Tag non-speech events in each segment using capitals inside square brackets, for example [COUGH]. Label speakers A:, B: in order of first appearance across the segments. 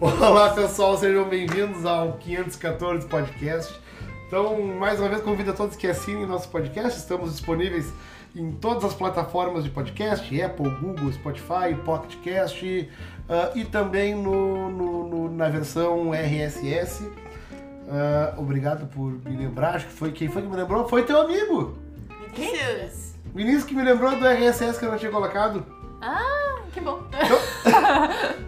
A: Olá pessoal, sejam bem-vindos ao 514 Podcast. Então, mais uma vez, convido a todos que assinem nosso podcast. Estamos disponíveis em todas as plataformas de podcast: Apple, Google, Spotify, Pocket Cast ah, e também no- no- no- na versão RSS. Ah, obrigado por me lembrar. Acho que foi quem foi que me lembrou? Foi teu amigo!
B: Vinícius.
A: Vinícius que me lembrou do RSS que eu não tinha colocado.
B: Ah, que bom.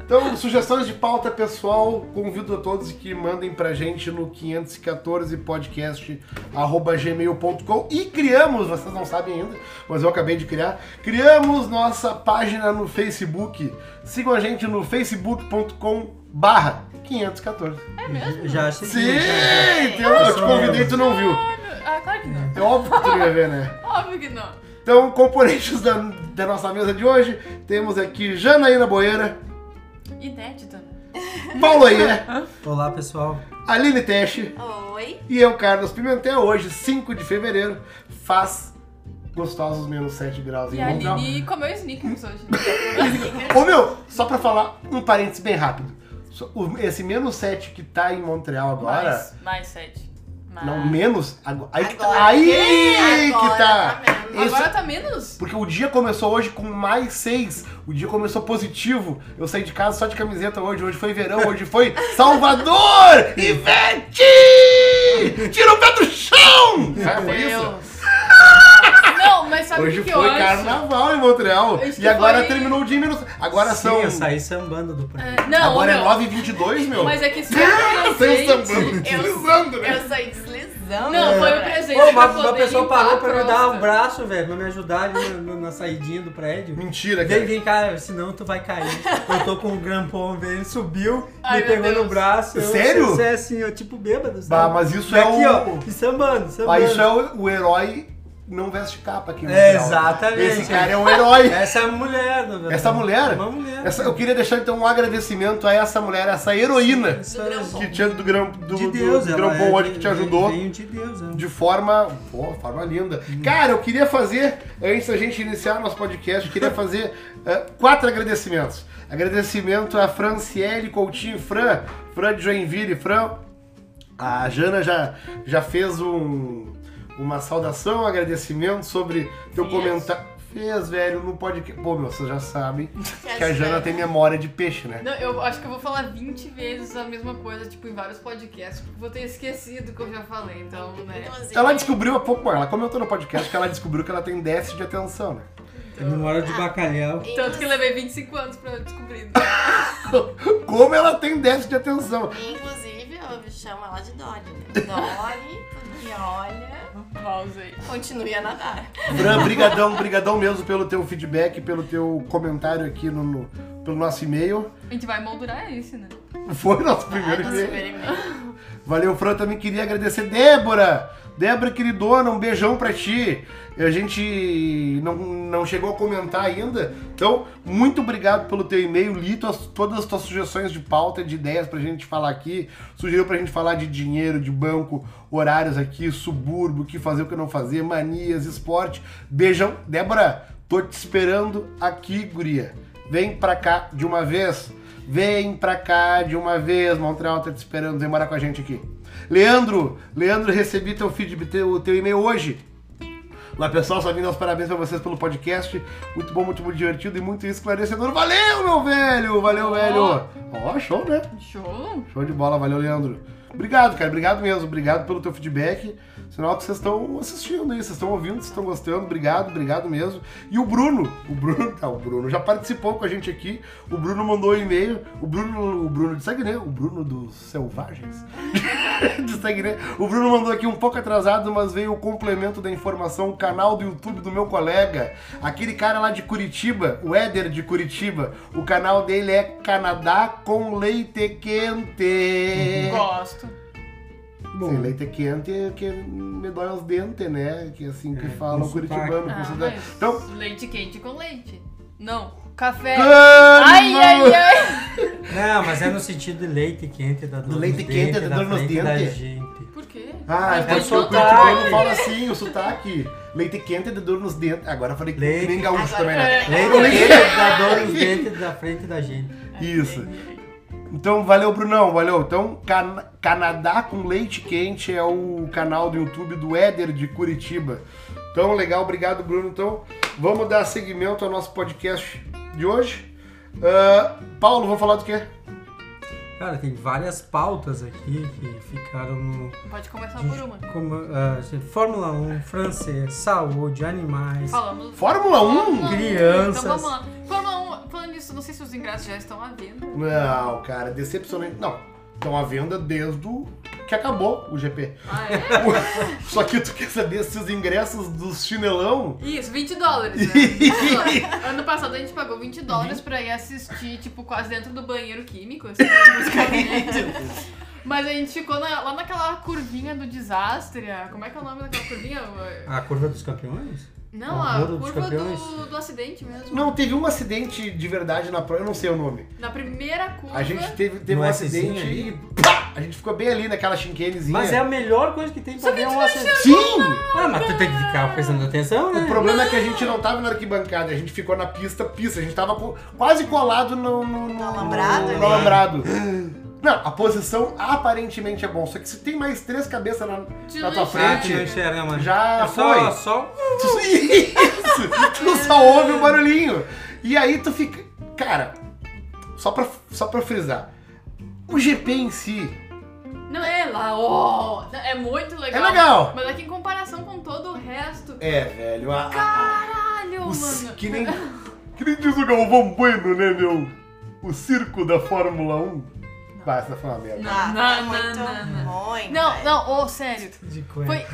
A: Então, sugestões de pauta pessoal, convido a todos que mandem pra gente no 514podcast.gmail.com e criamos, vocês não sabem ainda, mas eu acabei de criar, criamos nossa página no Facebook. Sigam a gente no facebook.com barra 514.
B: É mesmo?
C: Já achei.
A: Sim! tem- Eu te convidei, tu não viu.
B: Ah, claro que não.
A: É óbvio que tu não ia ver, né?
B: Óbvio que não.
A: Então, componentes da, da nossa mesa de hoje, temos aqui Janaína Boeira,
B: Inédito, né?
A: Paulo Ayer,
C: Olá, pessoal.
A: Aline Teste
B: Oi.
A: e eu, Carlos Pimentel. Hoje, 5 de fevereiro, faz gostosos menos 7 graus
B: E
A: em
B: a
A: Montreal.
B: Aline comeu sneakers hoje. né?
A: Ô meu, só pra falar um parênteses bem rápido. Só- o- Esse menos 7 que tá em Montreal agora.
B: Mais, mais sete. Mais.
A: Não, menos. Agora, aí que
D: Agora
A: tá. Aí
D: que-
A: que
D: agora
A: tá.
D: tá menos.
A: Isso-
B: Agora tá menos?
A: Porque o dia começou hoje com mais seis. O dia começou positivo. Eu saí de casa só de camiseta hoje. Hoje foi verão, hoje foi Salvador! Ivete! Tira o pé do chão! Sabe, É, foi isso?
B: Deus. não, mas sabe o
A: Hoje
B: que
A: foi
B: eu acho?
A: carnaval em Montreal.
B: Acho que
A: E agora
B: foi-
A: terminou o dia em menos. Agora
C: Sim,
A: são.
C: eu saí sambando do prédio.
B: É, Não,
A: agora
B: meu.
A: é 9h22, meu. [LAUGHS]
B: Mas é que isso foi um
A: Saiu
B: presente.
A: sambando,
D: Eu-
A: deslizando, né?
D: Eu saí deslizando.
B: Não,
D: né?
B: foi um presente
C: Pô,
B: pra
C: uma,
B: poder
C: uma pessoa
B: limpar
C: parou
B: a
C: pra me dar
B: crosta.
C: um braço, velho, pra me ajudar ali na, na- na saidinha do prédio.
A: Mentira,
C: Vem,
A: cara.
C: vem cá, senão tu vai cair. Eu tô com um grampão, velho. Ele subiu,
B: Ai,
C: me
B: meu
C: pegou
B: Deus.
C: no braço. eu-
A: Sério?
C: Isso é assim, eu tipo bêbado.
A: Bah,
C: sabe?
A: mas isso
C: E
A: é
C: aqui,
A: o.
C: ó, e sambando, sambando.
A: Ah, isso é o, o herói não veste capa aqui. em
C: É,
A: Montreal.
C: exatamente.
A: Esse cara é um herói.
C: Essa é a mulher, na verdade. É
A: Essa mulher?
C: Uma mulher.
A: Essa- eu queria deixar então um agradecimento a essa mulher, a essa heroína
C: Essa-
D: Do grampão.
A: que tinha do, gram, do,
C: de
A: do-
C: Deus,
A: do
C: ela
A: grampão
C: é
A: hoje
C: de-
A: que te ajudou
C: Veio de Deus, é. ela.
A: de forma, pô, forma linda. Cara, eu queria fazer, antes da gente iniciar nosso podcast, eu queria fazer [LAUGHS] eh, quatro agradecimentos. Agradecimento a Franciele Coutinho Fran, Fran de Joinville, Fran. A Jana já, já fez um, uma saudação, um agradecimento sobre teu
B: Fez?
A: comentário. Fez, velho, no podcast. Pô, meu, vocês já sabem que a Jana tem memória de peixe, né?
B: Não, eu acho que eu vou falar 20 vezes a mesma coisa, tipo, em vários podcasts, porque eu vou ter esquecido que eu já falei, então, né?
D: Então, assim,
A: Ela descobriu há pouco, ela comentou no podcast que ela descobriu que ela tem déficit de atenção, né?
C: É memória
B: Ah.
C: de bacalhau.
D: em-
B: Tanto que eu levei 25 anos pra eu descobrir.
A: Como ela tem déficit de atenção?
D: Inclusive, eu chamo ela de Dolly. Né? Dolly, porque olha,
B: Mouse aí.
D: continue a nadar.
A: Fran, brigadão, brigadão mesmo pelo teu feedback, pelo teu comentário aqui no, no- pelo nosso e-mail.
B: A gente vai moldurar esse, né?
A: Foi nosso primeiro
D: Ai, não se
A: e-mail.
D: verem
A: Valeu, Fran. Também queria agradecer Débora. Débora, queridona, um beijão pra ti. A gente não, não chegou a comentar ainda. Então, muito obrigado pelo teu e-mail. Li tuas- todas as tuas sugestões de pauta, de ideias pra gente falar aqui. Sugeriu pra gente falar de dinheiro, de banco, horários aqui, subúrbio, o que fazer, o que não fazer, manias, esporte. Beijão. Débora, tô te esperando aqui, guria. Vem pra cá de uma vez. Vem pra cá de uma vez, Montreal tá te esperando, vem morar com a gente aqui. Leandro, Leandro, recebi teu feedback, teu, teu e-mail hoje. Lá pessoal, só vim dar os parabéns pra vocês pelo podcast. Muito bom, muito, muito divertido e muito esclarecedor. Valeu, meu velho! Valeu, velho! Ó, show, né?
B: Show!
A: Show de bola, valeu, Leandro. Obrigado, cara, obrigado mesmo, obrigado pelo teu feedback. Sinal que vocês estão assistindo aí, vocês estão ouvindo, vocês estão gostando, obrigado, obrigado mesmo. E o Bruno, o Bruno, [LAUGHS] tá, o Bruno já participou com a gente aqui. O Bruno mandou um e-mail, o Bruno, o Bruno de Sagné, o Bruno dos Selvagens [LAUGHS] de Sagné. O Bruno mandou aqui um pouco atrasado, mas veio o complemento da informação, o canal do YouTube do meu colega, aquele cara lá de Curitiba, o Éder de Curitiba. O canal dele é Canadá com leite quente.
B: Gosto.
C: Uhum.
A: Sim, leite quente que me dói os dentes, né? Que é assim que
C: É,
A: fala
C: com
A: o curitibano.
C: sotaque.
A: com
B: Ah,
A: sotaque.
B: mas
A: Então,
B: leite quente com leite. Não, café.
A: Cano!
B: É. Ai, ai, ai!
C: Não, mas é no sentido de leite quente, da dor
A: Do leite
C: nos
A: quente,
C: dentes,
A: da dor nos
C: frente da
A: dentes.
C: gente.
B: Por quê?
A: Ah,
B: Mas
A: é porque o
C: sotaque.
A: curitibano fala assim, o sotaque. Leite quente é de dor nos dentes. Agora eu falei que
C: Leite-
A: nem gaúcho
D: Agora-
A: também, né?
C: Leite quente, da dor nos dentes, da frente da gente.
A: Isso. Então, valeu, Brunão, valeu. Então, Can- Canadá com Leite Quente é o canal do YouTube do Éder de Curitiba. Então, legal, obrigado, Bruno. Então, vamos dar seguimento ao nosso podcast de hoje. Ah, Paulo, vou falar do quê?
C: Cara, tem várias pautas aqui que ficaram no.
B: Pode começar por uma.
C: Como, ah, Fórmula 1, francês, saúde, animais.
B: Falamos.
A: Fórmula 1?
C: Crianças.
B: Então vamos Então, lá. Fórmula 1, falando nisso, não sei se os ingressos já estão à venda.
A: [LAUGHS] Não, cara, decepcionante. Não, estão à venda desde o que acabou o GP.
B: Ah, é?
A: [LAUGHS] Só que tu quer saber se os ingressos dos chinelão
B: Isso, 20 dólares, né? 20 dólares.
A: [LAUGHS]
B: Ano passado a gente pagou 20 dólares
A: Uhum.
B: pra ir assistir, tipo, quase dentro do banheiro
A: [LAUGHS]
B: químico, assim, basicamente. Mas a gente ficou na- lá naquela curvinha do desastre. a- Como é que é o nome daquela curvinha?
C: A curva dos campeões?
B: Não,
C: A
B: a
C: roda dos
B: curva do,
C: campeões?
B: do acidente mesmo.
A: Não, teve um acidente de verdade na prova, eu não sei o nome.
B: Na primeira curva.
A: A gente teve, teve
C: No
A: um
C: Szinho
A: acidente
C: ali?
A: e pá, a gente ficou bem ali naquela chinquenezinha.
C: Mas é a melhor coisa que tem pra ver um acidente.
A: Sim!
C: Ah, mas tu tem que ficar prestando atenção,
A: O
C: né?
A: problema é que a gente não tava na arquibancada, a gente ficou na pista, pista, a gente tava co- quase colado no, no, no-
D: No alambrado,
A: no
D: né?
C: [LAUGHS]
A: alambrado. Não, a posição aparentemente é bom, só que se tem mais três cabeças na,
B: Te
A: na
B: não
A: tá tua
C: Ah,
B: enxerga.
C: tu
A: frente,
C: não enxerga, mano.
A: já
C: É
A: foi.
C: só, só
A: Tu- [LAUGHS] Isso! Tu só ouve o barulhinho. E aí tu fica. Cara, só pra, só pra frisar. O GP em si
B: Não é lá, ó. É muito
A: é
B: legal.
A: legal.
B: Mas é que em comparação com todo o resto.
A: É, velho. A,
B: Caralho,
A: Os-
B: mano.
A: que nem. Que nem diz o Galvão Bueno, né, meu? O circo da Fórmula 1. Vai, Ah, essa foi uma merda.
D: Não,
B: Não,
D: é
B: não,
D: muito
B: não,
D: ruim. né?
B: Não,
D: velho.
B: não, ô, sério.
C: de coisa.
A: [LAUGHS]
B: Foi.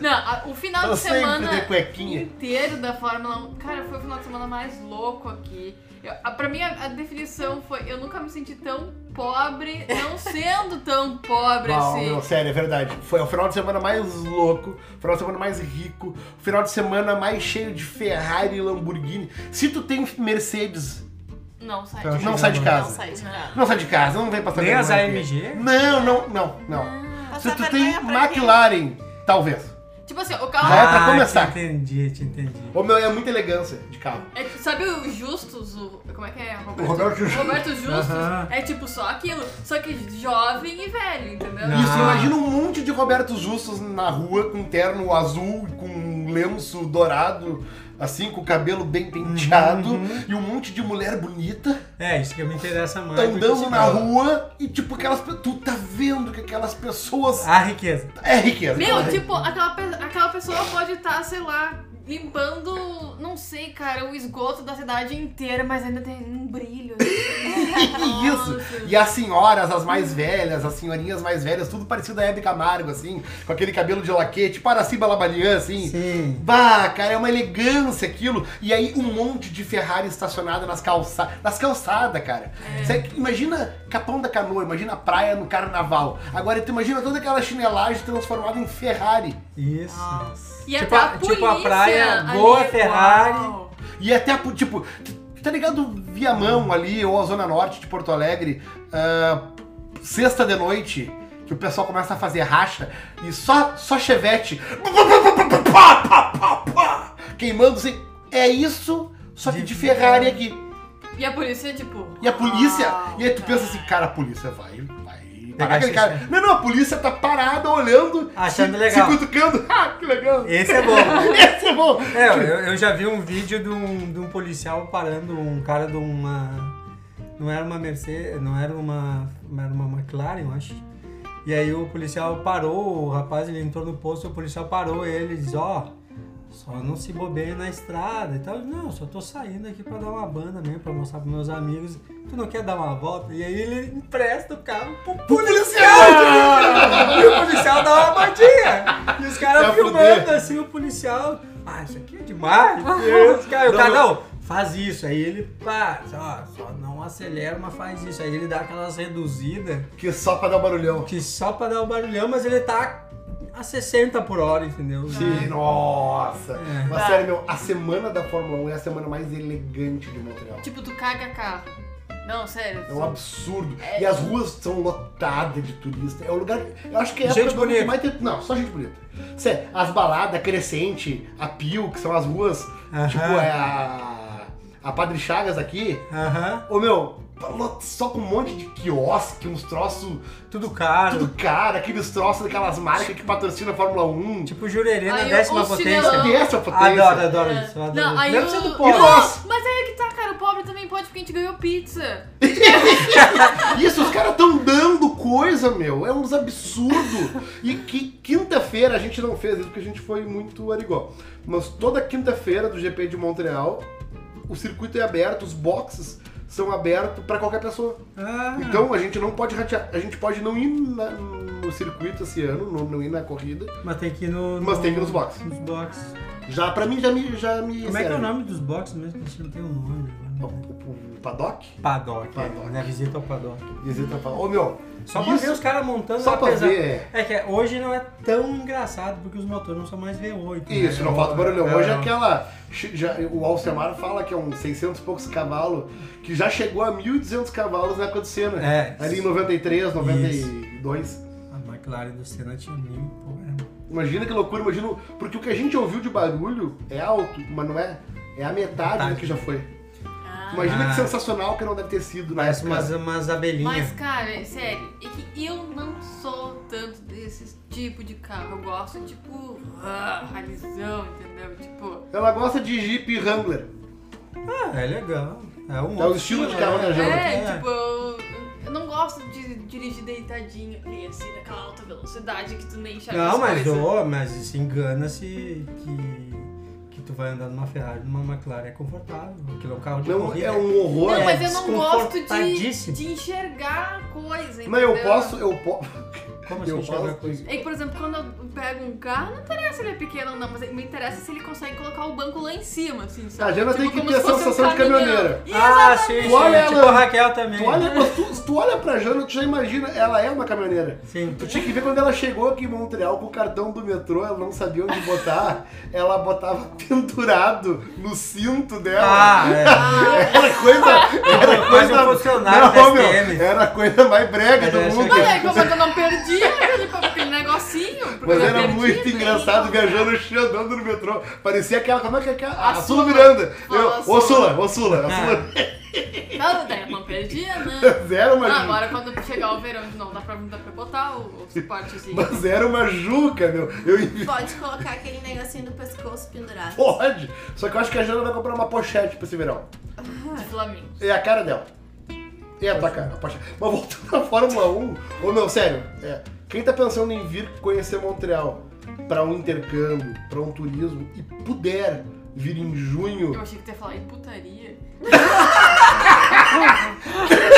B: Não, a- o final
A: Eu
B: de
A: Tá sempre
B: semana
A: de cuequinha.
B: inteiro da Fórmula 1. Cara, foi o final de semana mais louco aqui. Eu, a- pra mim, a, a definição foi: eu nunca me senti tão pobre,
A: [LAUGHS]
B: não sendo tão pobre
A: Não,
B: assim.
A: não, sério, é verdade. Foi o final de semana mais louco, o final de semana mais rico, o final de semana mais cheio de Ferrari e Lamborghini. Se tu tem Mercedes,
B: Não, sai
C: Tá
B: de
A: não
C: chegando.
A: sai de
D: Não
A: casa.
D: sai de casa.
A: Não sai de casa, não vem passar
C: Nem as
A: vergonha aqui.
C: AMG?
A: Não, não, não, não.
B: Hum,
A: Se
B: Ah.
D: Passar
A: tu tem
D: vergonha pra quem?
A: McLaren, talvez.
B: Tipo assim, o
A: Já é
B: carro.
A: pra
C: Ah,
A: começar.
C: Te entendi, te entendi.
A: Ô meu, é muita elegância de carro.
B: é- sabe o Justus? O, como é que é?
A: O Roberto Justus.
B: Roberto Justus
C: Aham.
B: é tipo só aquilo. Só que jovem e velho, entendeu?
C: Não.
A: Isso,
C: Ah.
A: imagina um monte de Roberto Justus na rua com terno azul, com um lenço dourado, assim, com o cabelo bem penteado, e um monte de mulher bonita tá
C: É, isso que me interessa mais. do que
A: andando
C: esse
A: na
C: cara.
A: rua e tipo aquelas pe- Tu tá vendo que aquelas pessoas.
C: A Ah, riqueza.
A: É riqueza.
B: Meu,
A: cara.
B: tipo, aquela, pe- aquela pessoa pode estar, sei lá, limpando, não sei, cara, o esgoto da cidade inteira, mas ainda tem um brilho. né?
A: Que isso! [LAUGHS] E as senhoras, as mais velhas, as senhorinhas mais velhas, tudo parecido a Hebe Camargo, assim, com aquele cabelo de laquete, Paraciba Labanian, assim.
C: Sim.
A: Bah, cara, é uma elegância aquilo. E aí um monte de Ferrari estacionada nas calçadas. Nas calçadas, cara. Cê imagina Capão da Canoa, imagina a praia no carnaval. Agora tu imagina toda aquela chinelagem transformada em Ferrari.
C: Isso.
B: E
C: Tipo
B: até
C: a-
B: a polícia
C: tipo a praia,
B: ali, é
C: boa
B: uau.
C: Ferrari.
A: E até, pu- tipo, t- tá ligado Viamão ali, ou a Zona Norte de Porto Alegre, ah, sexta de noite, que o pessoal começa a fazer racha, e só, só chevette, pá, pá, pá, pá, queimando, assim. É isso, só que de Ferrari aqui.
B: E a polícia, tipo...
A: E a polícia,
B: uau,
A: e aí tu pensa
B: cara.
A: assim, cara, a polícia vai, vai...
C: Pegar
A: parar aquele
C: esse
A: cara.
C: cara.
A: Não, não, a polícia tá parada, olhando,
C: Achando
A: se,
C: legal.
A: se cutucando. [LAUGHS] Ah, que
C: [LAUGHS]
A: legal.
C: Esse é bom.
A: Esse é bom.
C: É, eu, eu já vi um vídeo de um, de um policial parando um cara de uma. Não era uma Mercedes, não era uma. não Era uma McLaren, eu acho. E aí o policial parou, o rapaz ele entrou no posto, o policial parou ele e diz, ó, só não se bobeia na estrada e tal. Ele, Não, só tô saindo aqui pra dar uma banda mesmo, pra mostrar pros meus amigos. Tu não quer dar uma volta? E aí ele empresta o carro pro policial! [LAUGHS] e o policial dá uma batidinha! E os caras
A: Pra
C: filmando
A: fuder.
C: assim o policial. Ah, isso aqui
A: [LAUGHS]
C: é demais! E aí os caras- o cara, não, faz isso. Aí ele, pá, só, só não acelera, mas faz isso. Aí ele dá aquelas reduzidas
A: Que só pra dar um barulhão.
C: que só pra dar o barulhão, mas ele tá a 60 por hora, entendeu?
A: Sim, nossa!
C: É.
A: Mas sério, meu, a semana da Fórmula 1 é a semana mais elegante de Montreal.
B: Tipo, tu caga carro. Não, sério.
A: É um absurdo. E as ruas são lotadas de turista. É o lugar. Eu acho que é
C: Gente
A: pra- pra-
C: bonita.
A: mais ter- Não, só gente bonita. Sério, as baladas, Crescente, a Pio, que são as ruas.
C: Aham.
A: Tipo, é a. a Padre Chagas aqui,
C: Aham.
A: ô meu, só com um monte de quiosque, uns troços
C: Tudo caro.
A: tudo cara, aqueles troços daquelas marcas que patrocinam a Fórmula 1.
C: Tipo jurerê na
B: Aí,
C: décima
B: o
C: potência.
B: chinelão.
A: Cadê essa potência?
C: Adoro, adoro isso. Adoro.
B: Não, aí
C: Mesmo
B: o-
C: sendo
A: E
C: pobre.
A: nós?
B: Mas aí é que tá, cara, o pobre também pode porque a gente ganhou pizza.
A: Isso, os caras tão dando coisa, meu. É uns absurdo. E que quinta-feira a gente não fez isso porque a gente foi muito arigó. Mas toda quinta-feira do GP de Montreal, o circuito é aberto, os boxes são abertos pra qualquer pessoa.
C: Ah,
A: Então a gente não pode ratear, a gente pode não ir na- no circuito esse ano, não, não ir na corrida.
C: mas tem que ir no,
A: Mas
C: no-
A: tem que ir nos boxes.
C: Nos boxes.
A: Já pra mim já me já me
C: Como é que é o
A: serve.
C: nome dos boxes mesmo? A gente não tem um nome.
A: O,
C: né?
A: o- o paddock?
C: Paddock.
A: Paddock.
C: Né? Visita ao paddock.
A: Dizia pra falar, ô meu,
C: Só pra
A: Isso.
C: ver os caras montando
A: só
C: lá,
A: pra
C: apesar-
A: ver, é.
C: É que hoje não é tão engraçado porque os motores não são mais V8. né?
A: Isso, não falta barulhão.
C: É,
A: Hoje é
C: não.
A: aquela. Já, o Alcemar fala que é uns 600 e poucos cavalos, que já chegou a 1.200 cavalos na época do Senna.
C: É.
A: Ali em 93, 92.
C: A McLaren do Senna tinha mil, pô. é.
A: Imagina que loucura, imagina. o- Porque o que a gente ouviu de barulho é alto, mas não é. É a metade,
C: Metade.
A: do que já foi.
D: Ah,
A: Imagina que
C: Ah.
A: sensacional que não deve ter sido na
C: Parece
A: época.
C: umas, umas
B: Mas,
C: abelhinhas.
B: cara, sério, é que eu não sou tanto desse tipo de carro. Eu gosto, tipo, ah, Alizão, entendeu? Tipo,
A: Ela gosta de Jeep Wrangler.
C: Ah, é legal. É, um
A: É o
C: outro
A: estilo de carro da
C: né?
A: Jana.
B: é, tipo, eu, eu não gosto de dirigir deitadinho e assim, naquela alta velocidade que tu nem enxerga
C: É. Não,
B: as
C: mas,
B: coisas.
C: ô, mas se engana-se que, que tu vai andar numa Ferrari, numa McLaren é confortável. Aquilo é um carro de
A: Não,
C: corrida.
A: é um horror.
B: Não,
C: é
B: mas eu não gosto de,
C: desconfortadíssimo.
B: de enxergar a coisa,
A: Não, eu
B: entendeu?
A: posso. Eu posso.
C: Como assim
A: Eu
C: enxergar
A: posso.
C: coisa?
B: É que, por exemplo, quando eu pego um carro, não interessa se ele é pequeno ou não, mas me interessa se ele consegue colocar o banco lá em cima, assim, sabe?
A: A Jana Tá, tem que
B: como
A: ter
B: se
A: essa
B: fosse um
A: sensação de
B: caminhão.
A: caminhoneira.
B: E tá
C: Ah, sim, sim.
A: Tu olha
C: Tipo
A: ela-
C: a Raquel também.
A: Tu olha, mas tu, tu olha pra Jana, tu já imagina, ela é uma caminhoneira.
C: Sim.
A: Tu tinha que ver quando ela chegou aqui em Montreal com o cartão do metrô, ela não sabia onde botar, ela botava [LAUGHS] pendurado no cinto dela.
C: Ah, é.
A: Era coisa. Era
C: Quase
A: coisa.
C: um funcionário
A: Não,
C: da
A: meu,
C: STM.
A: era a coisa mais brega do
C: Era
A: mundo.
C: essa
B: Mas aí, É, como eu não perdi aquele, aquele negocinho, porque
A: Mas
B: eu
A: era
B: perdi,
A: muito
B: né?
A: engraçado viajando, andando no metrô. Parecia aquela. Como é que é aquela?
B: A
A: A Sula
B: Sula.
A: Miranda. Eu,
B: Fala,
A: ô
B: Sula.
A: Sula, ô Sula, a
C: Ah.
A: Sula.
B: Não, daí eu não perdi, né?
A: Mas [LAUGHS] era uma.
B: Ah, agora quando chegar o verão de novo, dá pra, dá pra botar o, o suportezinho.
A: Mas era uma juca, meu. Eu inventei.
D: Pode colocar aquele negocinho do pescoço pendurado.
A: Pode! Só que eu acho que a Jana vai comprar uma pochete pra esse verão.
B: De Flamengo.
A: É a cara dela. É a tua cara, a pochete. Mas voltando à Fórmula 1, ô meu, sério, é, quem tá pensando em vir conhecer Montreal pra um intercâmbio, pra um turismo e puder vir em
C: [LAUGHS]
B: Eu
A: junho.
B: achei que você ia falar em putaria.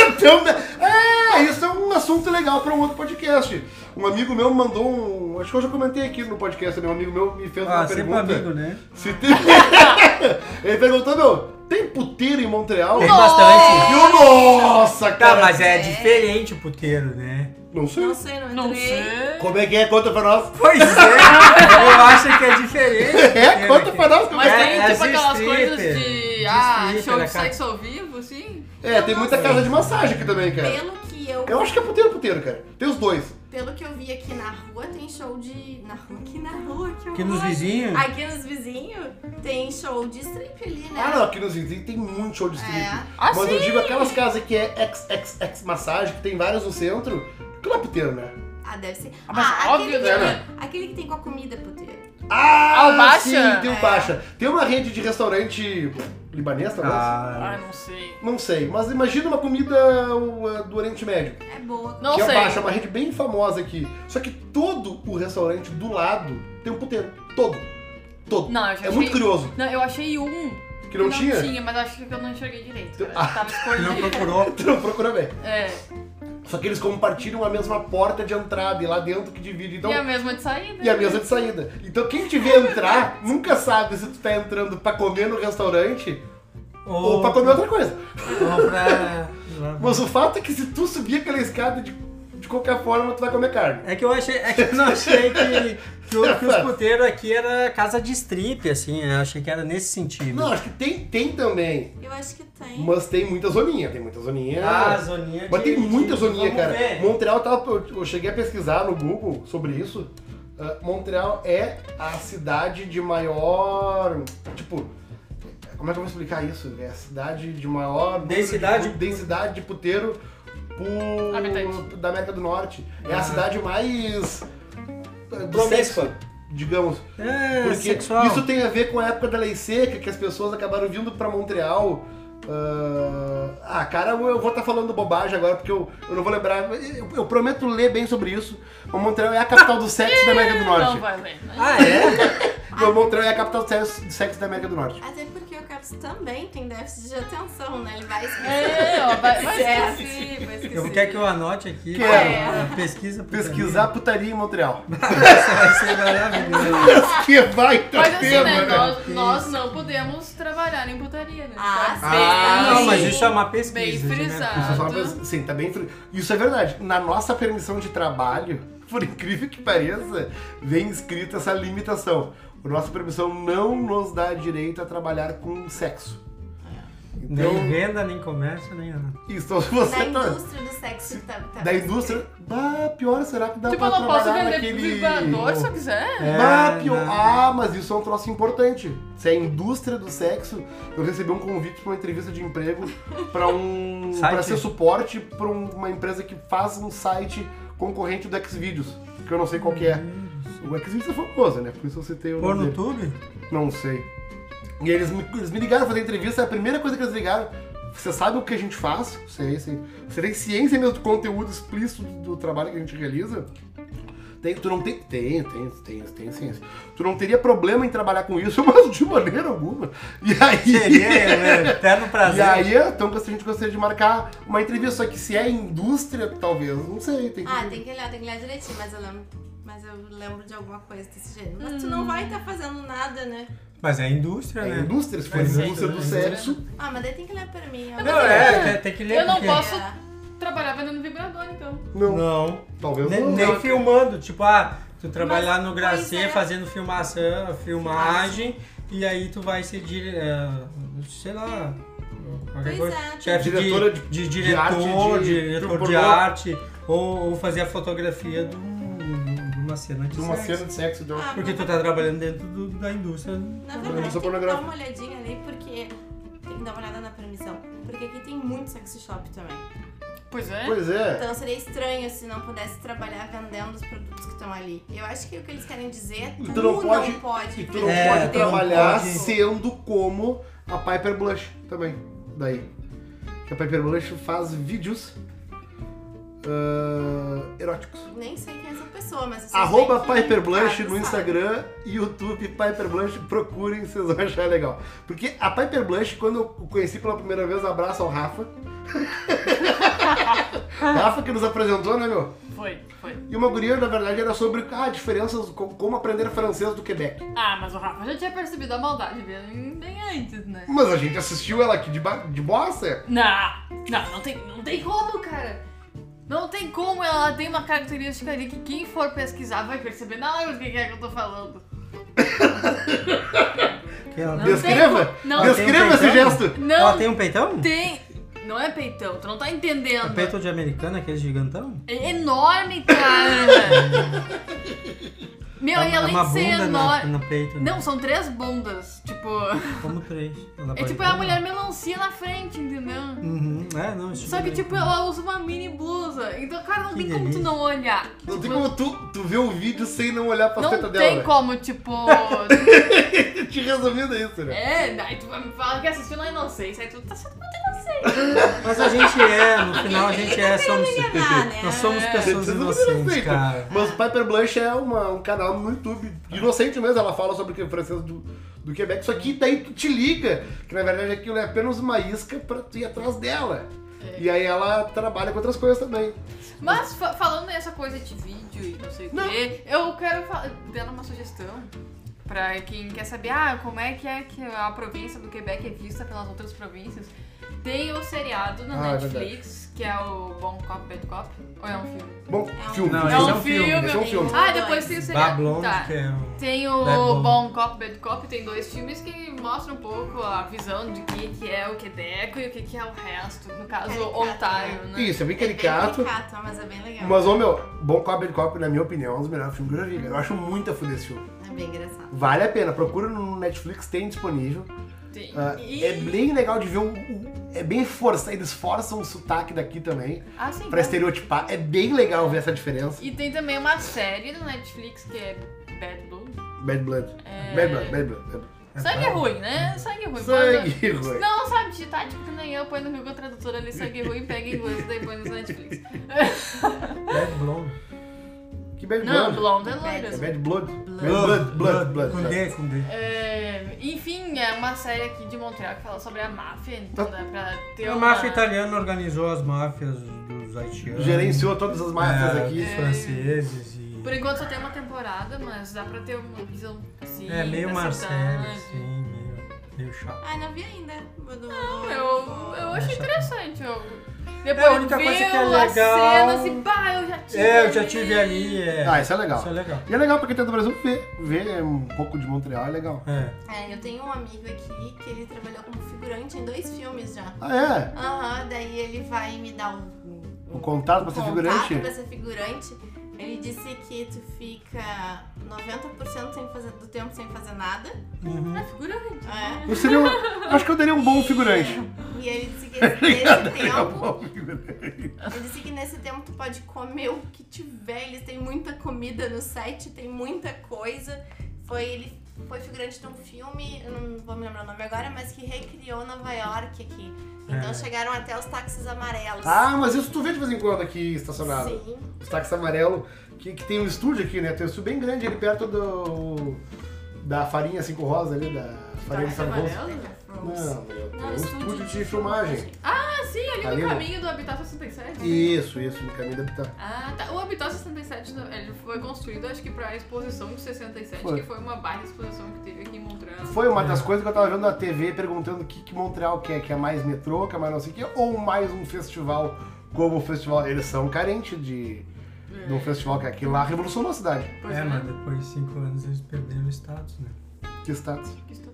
A: Então, é, isso é um assunto legal pra um outro podcast. Um amigo meu mandou um. Acho que eu já comentei aqui no podcast, né? Um amigo meu me fez
C: Ah,
A: uma
C: sempre
A: pergunta.
C: amigo, né?
A: Se tem... [LAUGHS] Ele perguntou, meu, tem puteiro em Montreal?
C: Tem bastante.
A: E o nossa,
C: Tá,
A: cara.
C: mas é diferente o puteiro, né?
A: Não sei.
D: Não sei, não entrei.
A: Como é que é? Conta pra nós.
C: Pois é, eu acho que é diferente.
A: É, conta pra nós. como é
B: Mas
A: que é?
B: tem
C: É,
B: tipo
C: é
B: aquelas
C: stripper.
B: coisas de.
C: De
B: Ah,
C: stripper,
B: show
C: né,
B: de
C: cara?
B: sexo ao vivo, assim?
A: É, tem muita casa de massagem aqui também, cara.
D: Pelo que eu,
A: Eu acho que é puteiro, puteiro, cara. Tem os dois.
D: pelo que eu vi aqui na rua, tem show de. Na rua, aqui na rua, que
C: Aqui nos
D: horror.
C: vizinhos.
D: Aqui nos vizinhos tem show de strip ali, né?
A: Ah, não, aqui nos vizinhos tem muito show de strip.
D: É.
B: Ah,
A: Mas
B: sim!
A: eu digo aquelas casas que é XXX massagem, que tem várias no centro. Aquilo é puteiro, né?
D: Ah, deve ser. Ah,
B: mas óbvio,
D: aquele, que-
A: né?
D: aquele que tem com a comida, puteiro.
A: Ah,
B: Ah, o Baixa?
A: sim, tem o
D: É.
A: Baixa. Tem uma rede de restaurante libanês, talvez?
C: Ah,
B: Ah, não sei.
A: Não sei, mas imagina uma comida uh, do Oriente Médio.
D: É boa.
B: Não
A: que é
B: sei.
A: o Baixa, é uma rede bem famosa aqui. Só que todo o restaurante do lado tem um puteiro. Todo. Todo.
B: Não, eu já
A: é
B: achei-
A: muito curioso.
B: Não, eu achei um.
A: Que não, tinha? [LAUGHS]
B: mas acho que eu não enxerguei direito. Cara.
A: Ah.
B: Tava
C: não
B: escolhendo.
C: procurou.
A: Tu [LAUGHS] não Então, procura bem.
B: É.
A: Só que eles compartilham a mesma porta de entrada e lá dentro que divide. Então,
B: e a mesma de saída.
A: e a mesa de saída. Então quem te vê entrar nunca sabe se tu tá entrando pra comer no restaurante ou pra comer outra coisa.
C: ou pra-
A: Mas o fato é que se tu subir aquela escada de, de qualquer forma, tu vai comer carne.
C: É que eu achei, é que eu não achei que, que, o- que os puteiros aqui era casa de strip, assim. Eu achei que era nesse sentido.
A: Não, acho que tem, tem também.
D: Eu acho que tem.
A: Mas tem muita zoninha, tem muita zoninha.
C: Ah, zoninha.
A: é. Mas
C: de-
A: tem muita
C: de-
A: zoninha,
C: vamos
A: cara.
C: ver.
A: Montreal, tava, eu, eu cheguei a pesquisar no Google sobre isso. Ah, Montreal é a cidade de maior. Tipo, Como é que eu vou explicar isso? É a cidade de maior número
C: Densidade?
A: de, pu- densidade de puteiro por-
B: Habitante.
A: da América do Norte. É
C: Ah.
A: a cidade mais eh, do sexo,
C: Promíscua.
A: digamos.
C: É,
A: Porque
C: sexual.
A: isso tem a ver com a época da lei seca, que as pessoas acabaram vindo pra Montreal. Ah, ah, cara, eu eu vou estar falando bobagem agora, porque eu, eu não vou lembrar. Eu, eu prometo ler bem sobre isso. Mas Montreal é a capital do sexo da América do
B: [LAUGHS] Não
A: Norte.
B: vai né? ler.
C: Ah, é?
A: Mas Montreal é a capital do sexo- do sexo da América do Norte.
D: Até porque o Caps também tem déficit de atenção, né? Ele vai esquecer.
B: É, ó, vai, vai
D: É,
B: esquecer.
D: assim, vai esquecer.
C: Eu quero que eu anote aqui.
A: Quero.
C: pra- Pesquisa. pra
A: Pesquisar putaria em Montreal. [LAUGHS]
C: Isso [LAUGHS] vai ser maravilhoso.
A: que vai
B: Mas assim, né?
A: Tá né?
B: Nós, nós não podemos trabalhar em putaria, né?
D: Ah,
B: Tá
D: sim.
B: bem-
D: Ah,
C: Não, mas
D: sim.
C: isso é uma
B: Bem
C: pesquisa.
B: frisado.
A: Isso é só uma coisa- Sim, tá bem frio. Isso é verdade. Na nossa permissão de trabalho, [LAUGHS] por incrível que pareça, vem escrita essa limitação. A nossa permissão não nos dá direito a trabalhar com sexo.
B: É.
C: Nem
A: Então,
C: venda, nem comércio, nem nada.
A: isso [LAUGHS] então, se você
D: Da
A: tá.
D: indústria do sexo tá, tá
A: Da indústria. Bah, pior, será que dá
B: Tipo,
A: pra
B: eu não
A: então trabalhar
B: posso vender
A: naquele...
B: vibrador se eu quiser?
C: É,
A: Bah, pior.
C: não.
A: Ah, mas isso é um troço importante. Se é a indústria do sexo, eu recebi um convite pra uma entrevista de emprego pra
C: [LAUGHS]
A: um.
C: Site?
A: para ser suporte pra um- uma empresa que faz um site concorrente do Xvideos, que eu não sei qual que é.
C: Hum.
A: O Xvideos é famoso, né? Por isso eu citei o
C: Pôr
A: nome
C: no
A: dele.
C: tube?
A: Não sei. E eles me, eles me ligaram pra fazer entrevista, é a primeira coisa que eles ligaram. Você sabe o que a gente faz? Sei, sei. Você tem ciência mesmo do conteúdo explícito do, do trabalho que a gente realiza? Tem, tu não tem, tem, tem, tem, tem ciência. Tu não teria problema em trabalhar com isso, [LAUGHS] mas de maneira alguma. [LAUGHS] E
C: Seria
A: aí.
C: é, eterno prazer.
A: E aí, então, a gente gostaria de marcar uma entrevista, só que se é indústria, talvez, não sei, tem que.
D: Ah, tem que olhar, tem que olhar direitinho, mas eu lembro, mas eu lembro de alguma coisa desse jeito. Mas tu
B: Hum.
D: não vai estar fazendo nada, né?
C: Mas é indústria,
A: É
C: né?
A: indústria, se for
C: Mas é,
A: indústria do
C: é.
A: sexo.
D: Ah, mas daí tem que olhar pra mim. ó.
C: Não, é, tem, tem que ler.
B: Eu não
C: porque-
B: posso- Trabalhar vendendo vibrador, então.
A: Não,
C: Não.
A: talvez
C: Nem,
A: não.
C: nem filmando. Tipo, ah, tu trabalhar no
D: pois
C: Gracê
D: é.
C: fazendo filmação, filmagem, e aí tu vai ser, dire- é, sei lá, qualquer
D: Pois
C: coisa.
D: é, tipo-
C: Chefe de,
A: Diretora
C: de,
A: de- de arte,
C: diretor,
A: de- de
C: diretor de
A: pornô.
C: arte, ou, ou fazer a fotografia de, um- de uma cena de
A: De uma
C: sexo.
A: cena de sexo, de uma
D: Ah,
C: Porque tu tá trabalhando dentro do- da indústria.
D: Na
A: Não, só
D: verdade, tem que
A: pornográfico.
D: dar uma olhadinha ali, porque tem que dar uma olhada na permissão. Porque aqui tem muito sex shop também.
B: Pois é.
A: Pois é.
D: Então seria estranho se não pudesse trabalhar vendendo os produtos que estão ali. Eu acho que o que eles querem dizer é tu,
A: tu não pode-
D: não pode.
A: E tu não
C: É,
A: pode
C: tu não
A: trabalhar
C: pode.
A: sendo como a Piper Blush também. Daí. Que a Piper Blush faz vídeos ah, eróticos.
D: Nem sei quem é essa pessoa, mas... eu sei
A: Arroba
D: bem que
A: Piper
D: em
A: Blush
D: casa,
A: no
D: sabe?
A: Instagram, YouTube Piper Blush, procurem, vocês vão achar legal. Porque a Piper Blush, quando eu conheci pela primeira vez, abraço ao Rafa. [LAUGHS] Rafa que nos apresentou, né, meu?
B: Foi, foi.
A: E uma guria, na verdade, era sobre ah, diferenças, co- como aprender francês do Quebec.
B: Ah, mas o Rafa já tinha percebido a maldade bem, bem antes, né?
A: Mas a gente assistiu ela aqui de, ba- de bossa.
B: Não, não, não tem, não tem como, cara. Não tem como, ela tem uma característica ali que quem for pesquisar vai perceber na hora do que é que eu tô falando.
C: Que ela,
B: Não.
C: tem-
A: Descreva!
B: tem- não.
A: Descreva
C: Ela tem
A: esse
C: um
A: gesto!
B: Não
C: ela tem um peitão?
B: tem. Não é peitão, tu não tá
C: É
B: entendendo.
C: peito de americana, aquele gigantão?
B: É enorme, cara. Meu,
C: é
B: e além
C: uma
B: de ser
C: bunda na,
B: enorme.
C: no peito. né?
B: Não, são três bundas. Tipo.
C: Como três. Ela
B: É
C: pode
B: tipo é a
C: ter.
B: mulher melancia na frente, entendeu?
C: Uhum. É, não. isso
B: Só que,
C: daí.
B: tipo, ela usa uma mini blusa. Então, cara, não
C: Que
B: tem como tu
C: delícia.
B: não olhar.
A: Não tem
B: Tipo,
A: como tu, tu ver o vídeo sem não olhar pra teta
B: Não
A: dela.
B: tem
A: né?
C: [LAUGHS]
B: como, tipo.
A: Eu te resumindo isso, né?
B: é, aí tu vai me falar que assistiu na inocência. Aí tu tá sendo muito inocente.
C: Mas a gente é, no final a gente é, somos.
D: enganar, né?
C: Nós somos
B: É.
C: pessoas
A: Vocês não
C: inocentes,
A: aceitam.
C: cara.
A: Mas Piper Blush é uma- um canal no YouTube, inocente mesmo, ela fala sobre o que- francês do, do Quebec, só que daí tu te liga, que na verdade aquilo é apenas uma isca pra tu ir atrás dela. E aí ela trabalha com outras coisas também.
B: Mas fa- falando nessa coisa de vídeo e não sei o
A: Não.
B: quê, eu quero fa- dar uma sugestão pra quem quer saber ah, como é que é que a província do Quebec é vista pelas outras províncias. Tem o seriado na
A: Ah, é
B: Netflix, que é o Bom Cop, Bad Cop. Ou é um filme?
A: Bom,
D: É um-
A: filme.
C: Não,
A: filme.
C: esse é um
B: filme.
A: Esse é um filme.
D: Tem-
B: Ah, depois tem o seriado.
C: Bablon,
B: tá.
C: que é um...
B: Tem o
C: Bad Cop.
B: Bom Cop, Bad Cop, tem dois filmes que mostram um pouco a visão de que, que é o Quebec e o que, que é o resto. No caso,
D: Caricato,
B: Ontário, né?
A: Isso, é bem
D: É bem
A: caricato.
D: caricato, mas é bem legal.
A: Mas, ô meu, Bom Cop Bad Cop, na minha opinião, é um dos melhores filmes que eu já vi. velho. Eu acho muito a fuder esse filme.
D: É bem engraçado.
A: Vale a pena, procura no Netflix, tem disponível.
B: Tem.
A: Ah,
D: E-
A: É bem legal de ver um. um- É bem força, eles forçam o sotaque daqui também,
B: Ah, sim.
A: pra
B: claro.
A: estereotipar. É bem legal ver essa diferença.
B: E tem também uma série do Netflix que é Bad Blood.
A: Bad Blood.
B: É...
A: Bad Blood, Bad Blood. Bad Blood.
C: É
B: Sangue ruim, né? Sangue ruim.
A: Sangue [LAUGHS] ruim.
B: Não sabe digitar, tipo que nem eu, põe no Google Tradutor ali, sangue ruim, pega em inglês, daí põe no Netflix.
C: É Bad Blonde.
A: Que Bad
B: Não,
A: Blood?
B: Blonde é
A: É
B: loira.
A: Bad Blood. Bad Blood, Blood, Blood.
C: Com D, com D.
B: É, enfim, é uma série aqui de Montreal que fala sobre a máfia, então dá pra ter
C: A
B: uma...
C: máfia tá- italiana organizou as máfias dos haitianos.
A: Gerenciou todas as máfias
C: é,
A: aqui.
C: Dos franceses e...
B: Por enquanto só tem uma temporada, mas dá pra ter uma visão assim.
C: É, meio
B: da
C: uma
B: cidade.
C: série, assim, meio, meio chato.
D: Ai, Ah, não vi ainda. Vou do-
B: Eu, eu achei interessante. Eu...
C: É,
B: Depois
C: a única
B: viu
C: coisa que é
B: as
C: legal-
B: cenas e pá, eu já tive
C: É, eu já tive ali, é.
A: Ah, isso é legal.
C: Isso é legal.
A: E é legal pra quem tá do Brasil ver. Ver um pouco de Montreal é legal.
C: É.
D: É, eu tenho um amigo aqui que ele trabalhou como figurante em dois filmes já.
A: Ah, é?
D: Aham, daí ele vai me dar um,
A: O contato pra ser figurante?
D: contato pra ser figurante. Ele disse que tu fica 90% sem fazer, do tempo sem fazer nada.
C: Uhum.
B: É figurante.
D: É.
A: Eu seria um- Acho que eu daria um bom figurante.
D: E ele disse
A: [LAUGHS]
D: que nesse
A: Seria [LAUGHS] um
D: tempo.
A: bom figurante.
D: Ele disse que nesse tempo tu pode comer o que tiver. Eles têm muita comida no set, tem muita coisa. Foi ele foi figurante de um filme, eu não vou me lembrar o nome agora, mas que recriou Nova York aqui. Então
C: É.
D: chegaram até os táxis amarelos.
A: Ah, mas isso tu vê de vez em quando aqui estacionado.
D: Sim.
A: Os táxis amarelo, que, que tem um estúdio aqui, né? Tem um estúdio bem grande ali perto do. Da farinha cinco rosa ali, da farinha de
B: Táxi
A: São Rosa.
B: amarelo?
A: um assim. Não, meu,
C: É
A: tem
D: Não,
A: um estúdio de filmagem.
D: é
B: Ah, sim, ali
A: Ali
B: no
A: no-
B: caminho do Habitat 67.
A: Isso, isso, no caminho da Habitat.
B: né? Ah, tá. O Habitat 67 não, ele foi construído, acho que pra exposição de 67,
A: Foi.
B: que foi uma baita exposição que teve aqui em Montreal.
A: Foi uma das coisas que eu tava vendo na TV perguntando o que, que Montreal quer, que é mais metrô, que é mais não sei o quê, ou mais um festival como o festival. Eles são carentes de, de um festival que é aquilo lá revolucionou a cidade.
B: Pois
C: É,
B: é.
C: mas depois de cinco anos eles perderam o status, né?
A: Que é status.
B: Que isso tudo.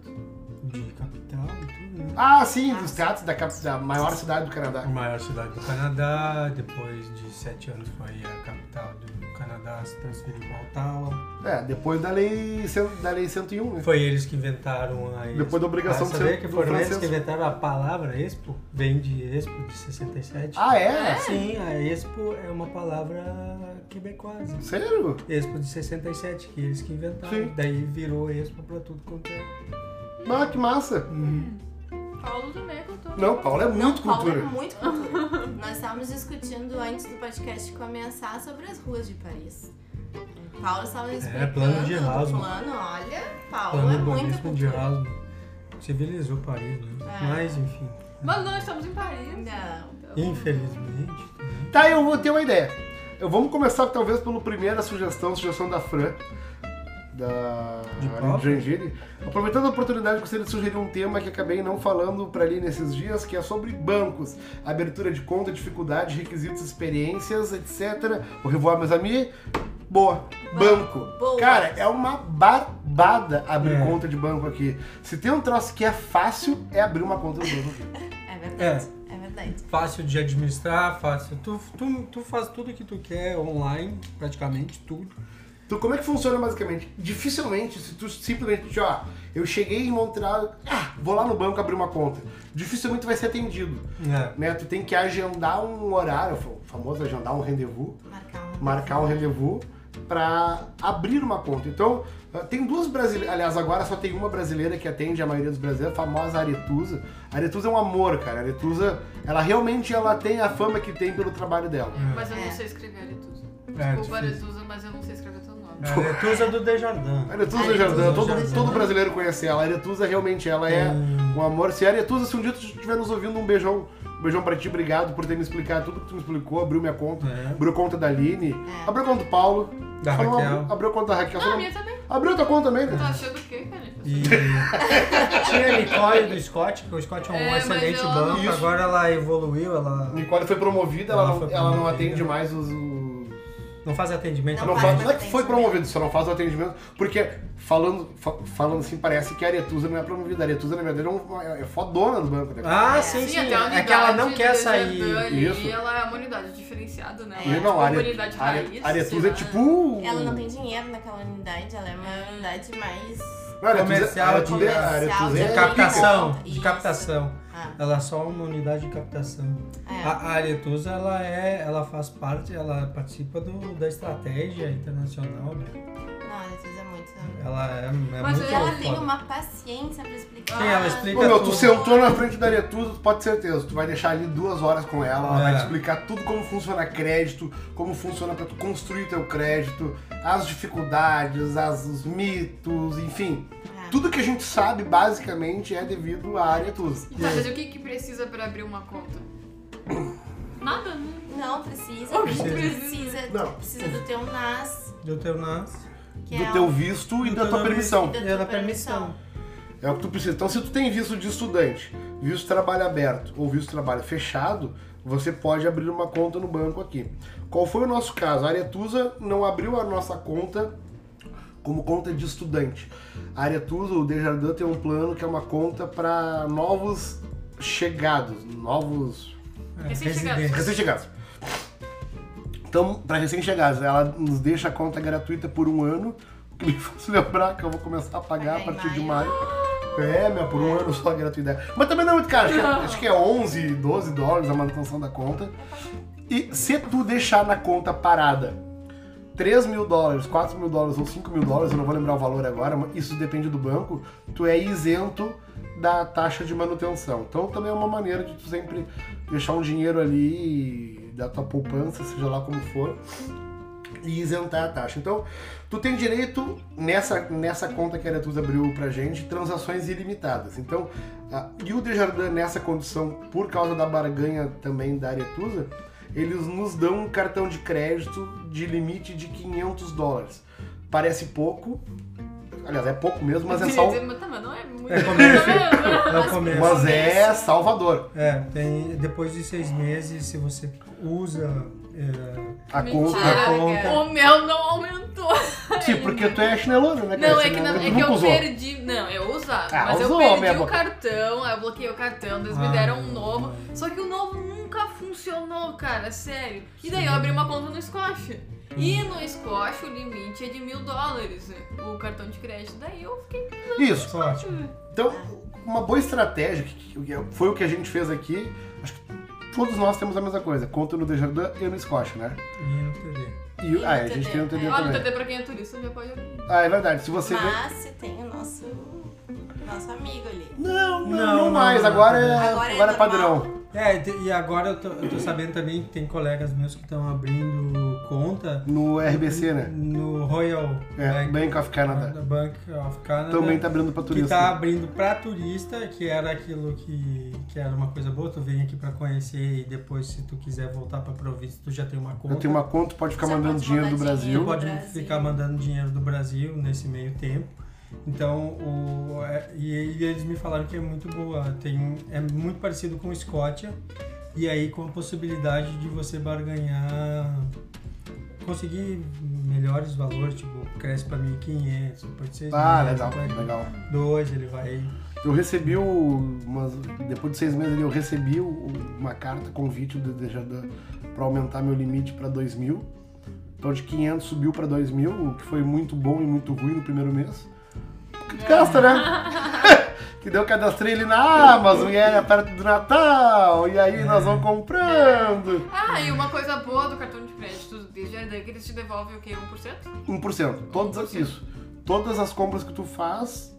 C: De capital e tudo, né?
A: Ah, sim, do status da, cap- da maior cidade do Canadá.
C: A maior cidade do Canadá, depois de sete anos foi a capital do Canadá, se transferiu para Ottawa.
A: É, depois da lei, cen- da lei 101, né?
C: Foi eles que inventaram a Expo.
A: Depois da obrigação
C: ah,
A: de
C: sabia
A: ser
C: que
A: do
C: foram eles que
A: francês.
C: inventaram a palavra Expo? Vem de Expo, de 67.
A: Ah, é?
C: Sim, a Expo é uma palavra quebecosa.
A: Sério?
C: Expo de 67, que eles que inventaram.
A: Sim.
C: Daí virou Expo pra tudo quanto é.
A: Ah, que massa.
B: Paulo também contou.
A: Não, Paulo é muito
D: Paulo
A: cultura.
D: é muito cultura. Nós estávamos discutindo antes do podcast começar sobre as ruas de Paris. O Paulo estava explicando
C: É, plano de
D: o
C: Erasmo.
D: plano. Olha, Paulo
C: Plano
D: é muito
C: urbanístico de
D: cultura.
C: Erasmo. Civilizou Paris, né?
D: É.
C: Mas, enfim.
B: Mas não, estamos em Paris.
A: É.
D: Não.
C: Infelizmente.
A: Tá, eu vou ter uma ideia. Eu vamos começar talvez pela primeira sugestão, sugestão da Fran, da
C: De
A: Aline
C: qual?
A: Jangiri. Aproveitando a oportunidade, gostaria de sugerir um tema que acabei não falando pra ali nesses dias, que é sobre bancos, abertura de conta, dificuldades, requisitos, experiências, etc. O Revoir, meus amigos. Boa. Banco.
D: Boa.
A: Cara, é uma barbada abrir
C: É.
A: conta de banco aqui. Se tem um troço que é fácil, é abrir uma conta do banco aqui.
D: É verdade. É, verdade.
C: Fácil de administrar, fácil. Tu, tu, tu faz tudo que tu quer online, praticamente tudo.
A: Então, como é que funciona basicamente? Dificilmente, se tu simplesmente, ó, eu cheguei em Montreal, ah, vou lá no banco abrir uma conta. Dificilmente vai ser atendido,
C: É.
A: né? Tu tem que agendar um horário, o famoso agendar um rendezvous,
D: Marcar um.
A: marcar um rendezvous pra abrir uma conta. Então, ah, tem duas brasileiras, aliás, agora só tem uma brasileira que atende a maioria dos brasileiros, a famosa Aretusa. A Aretusa é um amor, cara. A Aretusa, ela realmente ela tem a fama que tem pelo trabalho dela.
B: Mas eu não
D: É.
B: sei escrever Aretuza.
C: É,
B: Desculpa,
C: difícil.
B: Aretuza, mas eu não sei escrever teu nome.
A: É.
C: A Letusa do Desjardins.
A: Aretusa
D: Aretuza
A: Jardim, todo,
C: Jardim.
A: todo brasileiro conhece ela. A Aretusa realmente ela é
C: Hum.
A: um amor. Se a Aretusa, se um dia tu estiver nos ouvindo, um beijão. Um beijão pra ti, obrigado por ter me explicado tudo que tu me explicou, abriu minha conta.
C: É.
A: Abriu a conta da Aline,
D: É.
A: abriu a conta do Paulo.
C: Da
A: só não
C: Raquel.
A: abriu- Abriu a conta da Raquel. só
B: Ah, a
A: não-
B: minha também.
A: Abriu tua conta também, né?
B: Tá
A: cara.
B: achando o quê, cara?
C: E tinha a Nicole do Scott, que o Scott é um
B: É, mas
C: excelente
B: ela
C: banco.
A: não-
C: Agora ela evoluiu, ela
A: Nicole foi promovida, ela,
C: Ela
A: não-
C: foi
A: ela não
C: promovida.
A: atende mais os. os-
C: não faz atendimento.
A: Não,
D: Não
C: a
D: faz
A: faz,
D: mais
A: não é que foi
D: atendimento.
A: promovido, só não faz o atendimento. Porque, falando, fa- falando assim, parece que a Aretusa não é promovida. A Aretusa, na verdade, é, uma, é fodona do banco. Né? cara?
C: Ah, sim, sim.
B: até a unidade
C: É que ela não
B: do
C: quer
B: Desjardins
C: sair.
B: ali,
A: Isso.
B: ela é uma unidade diferenciada, né?
A: E
B: Ela
A: não, a
B: é uma
A: Are-
B: unidade
A: a Are-
B: raiz.
A: a Aretusa
B: sei
A: é
B: lá.
A: tipo.
D: Ela não tem dinheiro naquela unidade, ela é uma unidade mais
A: Olha,
C: Comercial
A: tu-
C: de-
A: tu- área, tu-
D: de
A: é-
C: De captação,
D: Isso.
C: de captação.
D: Ah,
C: Ela é só uma unidade de captação.
D: é.
C: A a Aretusa, ela é, ela faz parte, ela participa do, da estratégia internacional. né?
D: Não, às vezes é muito.
C: Ela é, é
B: Mas
C: muito
D: Ela tem
C: foda.
D: uma paciência pra explicar.
C: Sim, ela explica
A: Ô, meu, tu
C: tudo.
A: sentou na frente da Aretusa, tu pode ter certeza. Tu vai deixar ali duas horas com ela, ela
C: É.
A: vai te explicar tudo como funciona crédito, como funciona pra tu construir teu crédito, as dificuldades, as, os mitos, enfim.
D: É.
A: Tudo que a gente sabe, basicamente, é devido à Aretusa.
B: E tá, mas o que que precisa pra abrir uma conta? Nada, né?
D: Não precisa.
C: Precisa.
D: Precisa,
A: Não.
D: precisa do teu NAS,
C: Do teu nas
D: que é
A: do
D: o-
A: teu visto e
C: do
A: da
C: teu
A: tua
C: nome-
A: permissão.
D: da
C: e
D: tua
C: da permissão.
A: É o que tu precisa. Então, se tu tem visto de estudante, visto de trabalho aberto ou visto de trabalho fechado, você pode abrir uma conta no banco aqui. Qual foi o nosso caso? A Aretusa não abriu a nossa conta como conta de estudante. A Aretusa, o Desjardins, tem um plano que é uma conta para novos chegados, novos
C: É,
B: Recém-chegados.
C: residentes.
A: recém-chegados. Então, para recém-chegados, ela nos deixa a conta gratuita por um ano, o que me [LAUGHS] faz lembrar que eu vou começar a pagar a
D: Pagar em
A: partir de maio.
D: maio.
A: É, meu, por um ano só gratuidade. Mas também não é muito caro, acho que é, acho que é 11, 12 dólares a manutenção da conta. E se tu deixar na conta parada 3 mil dólares, 4 mil dólares ou 5 mil dólares, eu não vou lembrar o valor agora, mas isso depende do banco, tu é isento da taxa de manutenção. Então também é uma maneira de tu sempre deixar um dinheiro ali da tua poupança, seja lá como for, e isentar a taxa. Então, tu tem direito, nessa, nessa conta que a Aretus abriu pra gente, transações ilimitadas. Então, a, e o Desjardins, nessa condição, por causa da barganha também da Aretusa, eles nos dão um cartão de crédito de limite de 500 dólares. Parece pouco, aliás, é pouco mesmo, mas é
B: Eu
A: só um
B: queria dizer, mas tá, mas não é muito.
C: É comércio.
B: Tá
C: É o começo.
A: Mas é Salvador.
C: É, tem, depois de seis meses, se você usa é,
A: A
B: vendo?
A: conta.
B: Mentira,
C: conta.
B: o meu não aumentou.
A: Sim, porque tu é chinelona, né? cara?
B: Não, é
A: Você
B: que, na- é que
A: nunca
B: eu
A: usou.
B: perdi. Não, eu usava.
A: Ah,
B: mas
A: usou,
B: eu perdi
A: minha
B: o
A: boca.
B: cartão, aí eu bloqueei o cartão, eles me
C: Ah.
B: deram um novo. Só que o novo nunca funcionou, cara, sério. E daí eu abri uma conta no Scotia. E no Scotia o limite é de mil dólares, né? o cartão de crédito. Daí eu fiquei.
A: Isso.
C: sorte.
A: Então, uma boa estratégia, que que- que foi o que a gente fez aqui, acho que todos nós temos a mesma coisa. Conta no Desjardins e no Scotch, né?
C: E eu entendi.
A: E,
D: E
A: ah,
D: no
A: a gente
D: TD,
A: tem no TD
D: é.
B: Olha,
A: também.
B: até pra quem é turista já pode abrir.
A: Ah, é verdade. Se você vê...
D: Mas se tem o nosso, nosso amigo ali.
A: Não, não,
C: Não,
A: não
C: não,
A: mais.
C: não,
A: agora,
C: não.
A: é,
D: Agora é
A: agora é
D: normal.
A: padrão.
C: É, e te- e agora eu tô, eu tô sabendo também que tem colegas meus que estão abrindo conta
A: No RBC, né?
C: no Royal
A: É,
C: Bank,
A: Bank of Canada.
C: da Bank of Canada.
A: Também tá abrindo pra
C: Uhum. que
A: turista.
C: tá abrindo pra turista, que era aquilo que, que era uma coisa boa, tu vem aqui pra conhecer e depois se tu quiser voltar pra província, tu já tem uma conta.
A: Eu tenho uma conta, pode ficar
D: Você
A: mandando
D: pode
A: dinheiro
D: mandar
A: do Brasil.
D: dinheiro.
C: Tu pode
D: Brasil.
C: ficar mandando dinheiro do Brasil nesse meio tempo. Então, o, é- e, e eles me falaram que é muito boa. Tem, é muito parecido com o Scotia. E aí com a possibilidade de você barganhar, conseguir melhores valores, tipo, cresce pra 1.500, pode ser...
A: Ah, legal, legal.
C: Dois, ele vai...
A: Eu recebi o. umas- depois de seis meses ali, eu recebi o- uma carta, convite do Desjardins para aumentar meu limite para 2 mil. Então de 500 subiu para 2 mil, o que foi muito bom e muito ruim no primeiro mês. Porque tu gasta, né? que deu cadastrei ele na Amazon e era perto do Natal, e aí nós vamos comprando.
B: Ah, e uma coisa boa do cartão de crédito do Desjardins é que eles te devolvem o quê? 1%?
A: 1%. Todas, isso. Todas as compras que tu faz,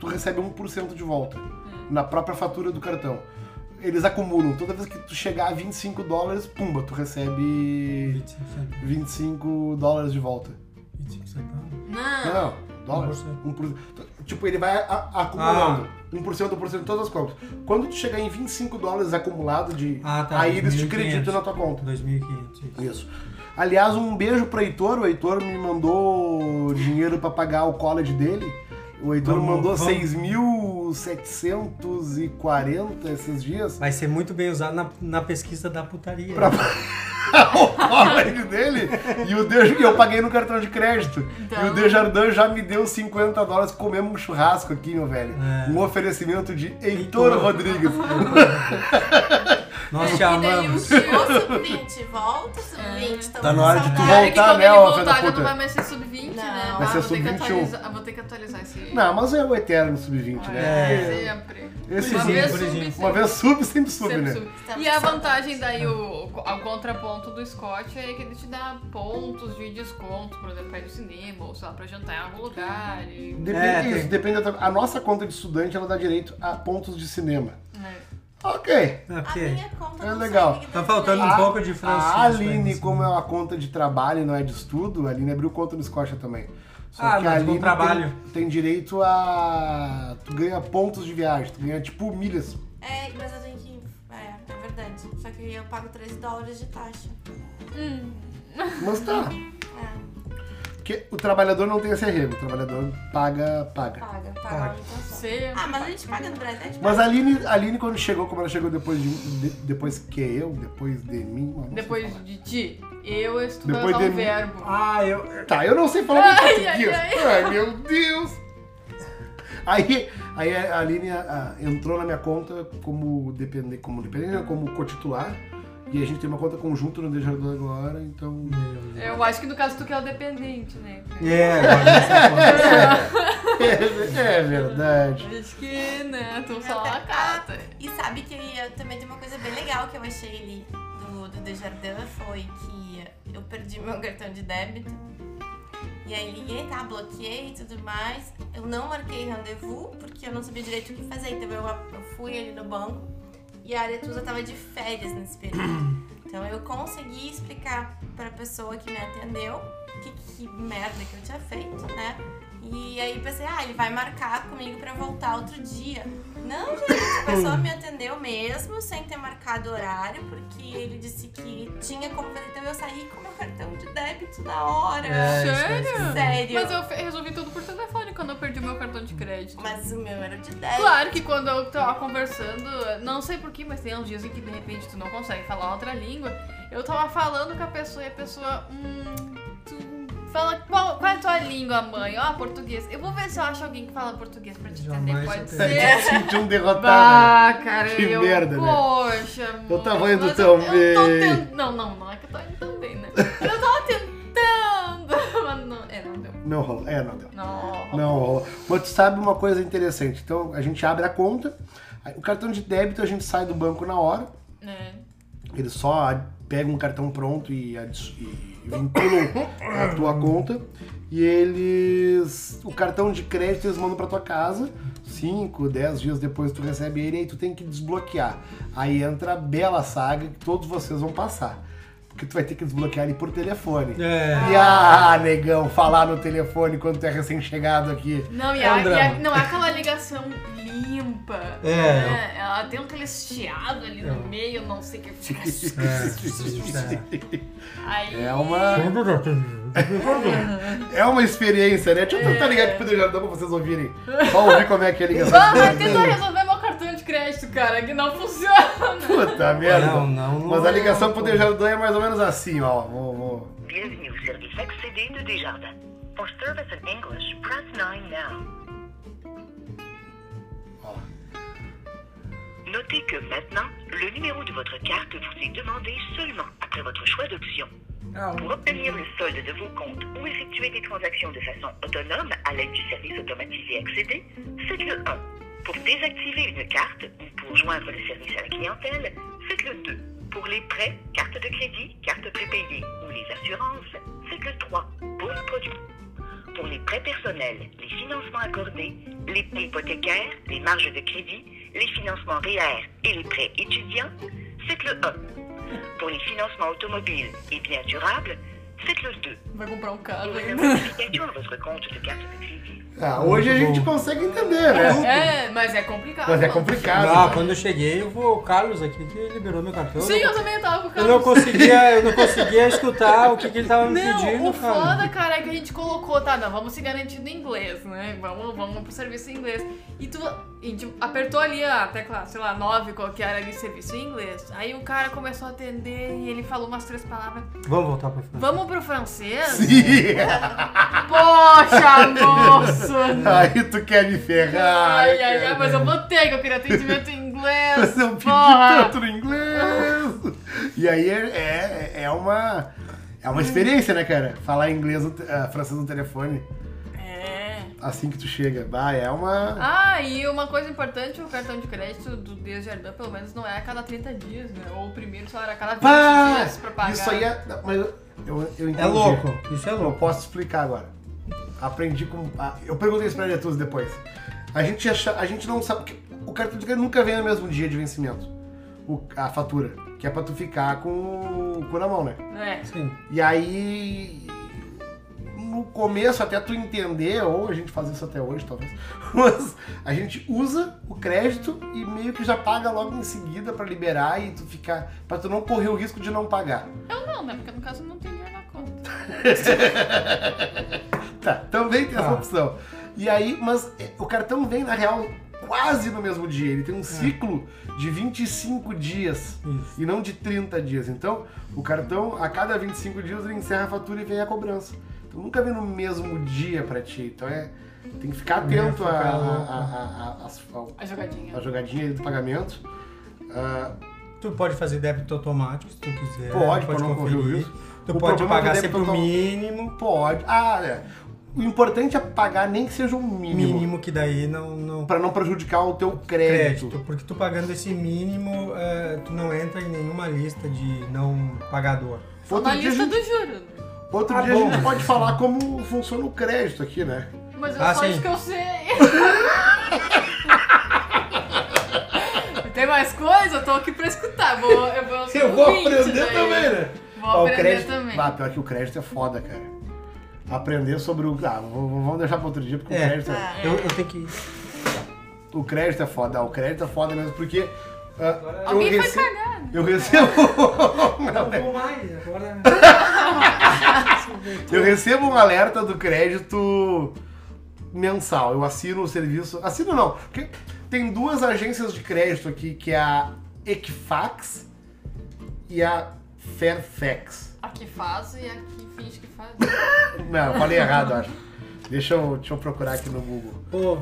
A: tu recebe 1% de volta. Na própria fatura do cartão. Eles acumulam. Toda vez que tu chegar a 25 dólares, pumba, tu recebe
C: 25 centavos.
A: 25 dólares de volta.
C: 25 centavos.
B: Não.
A: Não, dólares.
C: 1%.
A: 1%. Tipo, ele vai a- acumulando.
C: Ah.
A: 1%, 1% de todas as compras. Quando tu chegar em 25 dólares acumulado de.
C: Ah, tá,
A: aí eles te
C: 1.500.
A: creditam na tua conta.
C: 2.500.
A: Isso. Aliás, um beijo pro Heitor. O Heitor me mandou dinheiro pra pagar o college dele. O Heitor
C: Vamos,
A: mandou
C: vamos.
A: 6.740 esses dias [LAUGHS]
C: [LAUGHS] Vai ser muito bem usado na, na pesquisa da putaria.
A: Pra- o college dele. E o Deus que eu paguei no cartão de crédito.
B: Então.
A: E o Desjardins já me deu 50 dólares. Comemos um churrasco aqui, meu velho.
C: É.
A: Um oferecimento de Heitor
C: Heitor.
A: Rodrigues.
C: Nós te
B: E daí o
C: amamos.
B: tio
D: Ô, sub-20, volta, sub-20.
A: Tá na hora de tu
C: É.
A: voltar,
B: Cara, que quando
A: né,
B: ele
A: ô filho da
B: voltar, já
A: puta?
B: não vai mais ser sub-20. né?
A: Vai ser
B: vou, ter que
A: sub-21.
B: atualizar, ah, vou ter que atualizar esse.
A: Não, mas é o eterno sub-20, né?
C: É.
B: Sempre.
A: Esse
B: uma
A: sim,
B: vez
C: por
B: sub,
C: exemplo.
B: sempre
A: Uma vez sub, sempre sub,
B: Sempre
A: né?
B: sub. E a vantagem daí, o, o contraponto do Scott é que ele te dá pontos de desconto, por exemplo, pra ir no cinema, ou sei lá, pra jantar em algum lugar. E...
A: Depende,
C: É,
A: isso,
C: tem-
A: depende da, a nossa conta de estudante, ela dá direito a pontos de cinema.
B: né?
A: Ok.
D: A
C: Ok.
D: minha conta
A: É
D: não
A: legal.
D: segue né?
C: Tá
D: do
C: faltando um
A: A-
C: pouco de francês.
A: A
C: pra
A: Aline,
C: isso,
A: como é
C: né?
A: uma conta de trabalho e não é de estudo, a Aline abriu conta no Scotia também. Só
C: Ah,
A: que
C: mas
A: a
C: com
A: Aline
C: trabalho.
A: Tem, tem direito a. Tu ganha pontos de viagem, tu ganha tipo milhas.
D: É, mas eu tenho que. É, é verdade. Só que eu pago 13 dólares de taxa.
A: Mas tá.
D: É,
A: Porque o trabalhador não tem esse arrego, o trabalhador paga, paga.
D: paga, paga,
C: Paga.
D: a manutenção.
B: Você-
D: Ah, mas a gente paga no Brasil, a gente
A: Mas a Aline, a Aline, quando chegou, como ela chegou depois de, de- depois que eu, depois de mim. eu não sei falar.
B: Depois de ti, eu estudando
A: Depois
B: ao
A: de mim.
B: verbo.
C: Ah, eu.
A: Tá, eu não sei falar
B: Ai,
A: em português.
B: ai,
A: Ai, meu Deus! Aí, aí a Aline ah, entrou na minha conta como dependente, como dependente, não, como cotitular. E a gente tem uma conta conjunta no Dejardin agora, então.
B: Eu acho que no caso tu que é o dependente, né?
A: [LAUGHS]
C: É, agora essa
A: É, é verdade.
B: [LAUGHS] Acho que, né? Tu só
D: Ah,
B: lacata.
D: E sabe que eu também tem uma coisa bem legal que eu achei ali do, do Desjardins foi que eu perdi meu cartão de débito. E aí liguei, tá, bloqueei e tudo mais. Eu não marquei rendezvous porque eu não sabia direito o que fazer. Então eu, eu fui ali no banco e a Aretusa tava de férias nesse período. Então eu consegui explicar pra pessoa que me atendeu que, que merda que eu tinha feito, né? E aí pensei, ah, ele vai marcar comigo pra voltar outro dia. Não, gente, a pessoa me atendeu mesmo, sem ter marcado horário, porque ele disse que tinha como fazer. Então eu saí com meu cartão de débito na hora.
C: É,
B: Sério?
D: Sério.
B: Mas eu fe- resolvi tudo por telefone quando eu perdi o meu cartão de crédito.
D: Mas o meu era de débito.
B: Claro que quando eu tava conversando, não sei porquê, mas tem uns dias em que de repente tu não consegue falar outra língua. Eu tava falando com a pessoa e a pessoa. Hum, tu fala qual, qual é a tua língua, mãe? Ó, português. Eu vou ver se eu acho alguém que fala português pra te entender.
C: Jamais eu
B: Pode
C: teria.
B: ser.
A: Senti um derrotado.
B: Bah, cara,
A: Que
B: eu,
A: merda, né?
B: poxa,
A: Eu
B: mano,
A: tava indo
B: mas
A: tão
B: eu- eu tô
A: bem.
B: tent- Não, não, não é que eu tô indo tão bem, né? Eu tava tentando, [LAUGHS] mas não, é, não deu.
A: Não rolou. É, não deu.
B: Não,
A: Não rolou. Mas tu sabe uma coisa interessante. Então a gente abre a conta, aí o cartão de débito a gente sai do banco na hora.
B: né?
A: Eles só pegam um cartão pronto e, adi- e vinculam a tua conta. E eles. O cartão de crédito eles mandam pra tua casa. 5, 10 dias depois tu recebe ele e aí tu tem que desbloquear. Aí entra a bela saga que todos vocês vão passar. Porque tu vai ter que desbloquear ele por telefone.
C: É.
A: E ah, negão, falar no telefone quando tu é recém-chegado aqui.
B: Não, e,
C: É um
B: a, e a-
C: drama.
B: não é aquela ligação limpa.
C: É.
B: né? Ela tem um celestiado ali no meio, não sei o que. Aí.
A: É uma,
C: É.
A: é uma experiência, né? Deixa eu
B: É.
A: tentar ligar aqui pro Dejardão pra vocês ouvirem. Só ouvir como é que é a ligação.
B: Ah, mas tenta resolver meu cartão de crédito, cara, que não funciona.
A: Puta merda.
C: Não, não, não.
A: Mas a ligação pro Dejardão é mais ou menos assim, ó. Vou, vou.
E: Bienvenue au service accédé de Desjardins. For service in English, press 9 now. Notez que maintenant, le numéro de votre carte vous est demandé seulement après votre choix d'option. Pour obtenir le solde de vos comptes ou effectuer des transactions de façon autonome à l'aide du service automatisé accédé, faites le 1. Pour désactiver une carte ou pour joindre le service à la clientèle, faites le 2. Pour les prêts, cartes de crédit, cartes prépayées ou les assurances, faites le 3. Pour les produits. Pour les prêts personnels, les financements accordés, les prêts hypothécaires, les marges de crédit, les financements REER et les prêts étudiants, faites le 1. Pour les financements automobiles et biens durables, faites le 2.
B: Vai comprar um carro [LAUGHS]
E: Pour les
B: ainda.
E: modifications à votre compte de carte de crédit,
A: Ah, hoje a
C: Muito
A: gente
C: bom.
A: consegue entender, né?
B: É, mas é complicado.
A: Mas é
B: mano.
C: Ah,
A: complicado.
C: quando eu cheguei, eu vou, o Carlos aqui que liberou meu cartão.
B: Sim, eu também tava com o
C: Eu
B: carro.
C: não conseguia, eu não conseguia escutar o que, que ele tava me pedindo,
B: o
C: cara.
B: foda, cara, é que a gente colocou, tá, não, vamos se garantir no inglês, né? Vamos, vamos pro serviço em inglês. E tu e a gente apertou ali a tecla, sei lá, 9, qual que era ali, serviço em inglês. Aí o cara começou a atender e ele falou umas três palavras.
C: Vamos voltar pra frente.
B: Vamos pro francês?
A: Tá. Sim.
B: Poxa, moço!
A: [LAUGHS] Aí tu quer me ferrar.
B: ai, ai, ai,
A: cara.
B: mas eu botei que eu queria atendimento em inglês.
A: Mas eu pedi
B: porra.
A: tanto no inglês. E aí é, é, é uma. É uma experiência, né, cara? Falar inglês, no te- ah, francês no telefone,
D: É.
A: assim que tu chega. Bah, é uma...
B: Ah, e uma coisa importante, o cartão de crédito do Desjardins, pelo menos, não é a cada 30 dias, né? Ou o primeiro só era a cada 20
A: Bah!
B: dias pra pagar.
A: Ah, Isso aí é... não, Mas eu, eu, eu entendi.
C: É louco, isso é
A: Eu
C: louco.
A: posso explicar agora. Aprendi com. ah, Eu perguntei isso pra Netuza depois. A gente, acha, a gente não sabe. porque O cartão de crédito nunca vem no mesmo dia de vencimento. O- a fatura. Que é pra tu ficar com, o cu na mão, né?
B: É.
C: Sim.
A: E aí. No começo, até tu entender, ou a gente faz isso até hoje, talvez. [LAUGHS] Mas a gente usa o crédito e meio que já paga logo em seguida pra liberar e tu ficar. pra tu não correr o risco de não pagar.
B: Eu não, né? Porque no caso não tem dinheiro na conta.
A: Tá, também tem essa
C: Tá.
A: opção. E aí, mas é, o cartão vem, na real, quase no mesmo dia. Ele tem um ciclo de 25 dias
C: É. Isso.
A: e não de 30 dias. Então, o cartão, a cada 25 dias, ele encerra a fatura e vem a cobrança. Então, nunca vem no mesmo dia pra ti. Então, é tem que ficar atento
C: É,
A: à
C: ficar
A: a,
C: louco.
A: a, a, as- ao-
B: A jogadinha.
A: à jogadinha aí do pagamento. Ah,
C: Tu pode fazer débito automático se tu quiser.
A: Pode, pra
C: pode
A: não correr o
C: conferir.
A: risco.
C: Tu
A: O problema é
C: pode
A: que o
C: pagar
A: débito
C: sempre o
A: automático-
C: mínimo.
A: pode. Ah, é. O importante é pagar nem que seja o mínimo.
C: Mínimo que daí não, não
A: Pra não prejudicar o teu crédito.
C: crédito. Porque tu pagando esse mínimo, eh, tu não entra em nenhuma lista de não pagador.
B: Só na lista do juro.
A: Outro
C: Ah,
A: dia
C: bom.
A: a gente pode falar como funciona o crédito aqui, né?
B: Mas é
C: Ah,
B: só
C: sim.
B: isso que eu sei. [LAUGHS] tem mais coisa? Eu tô aqui pra escutar. Vou, eu vou, ser ouvinte daí.
A: né?
B: Vou
A: Ó, o
B: aprender
A: crédito...
B: também.
A: Ah, pior que o crédito é foda, cara. Aprender sobre o... Ah, v- v- vamos deixar pra outro dia, porque o
C: É.
A: crédito
B: Ah.
A: é...
C: Eu, eu tenho que ir.
A: O crédito é foda, ah, o crédito é foda mesmo, porque... ah,
B: Alguém
A: eu
B: foi
A: rece-
B: cagar.
A: Eu recebo... [LAUGHS] Não,
C: vou mais, agora.
A: Eu recebo um alerta do crédito mensal. Eu assino o serviço. Assino não, porque tem duas agências de crédito aqui, que é a Equifax e a Fairfax.
B: Aqui faz e aqui finge que faz.
A: Não, eu falei errado, acho. Deixa eu, deixa eu procurar aqui no Google.
C: Pô,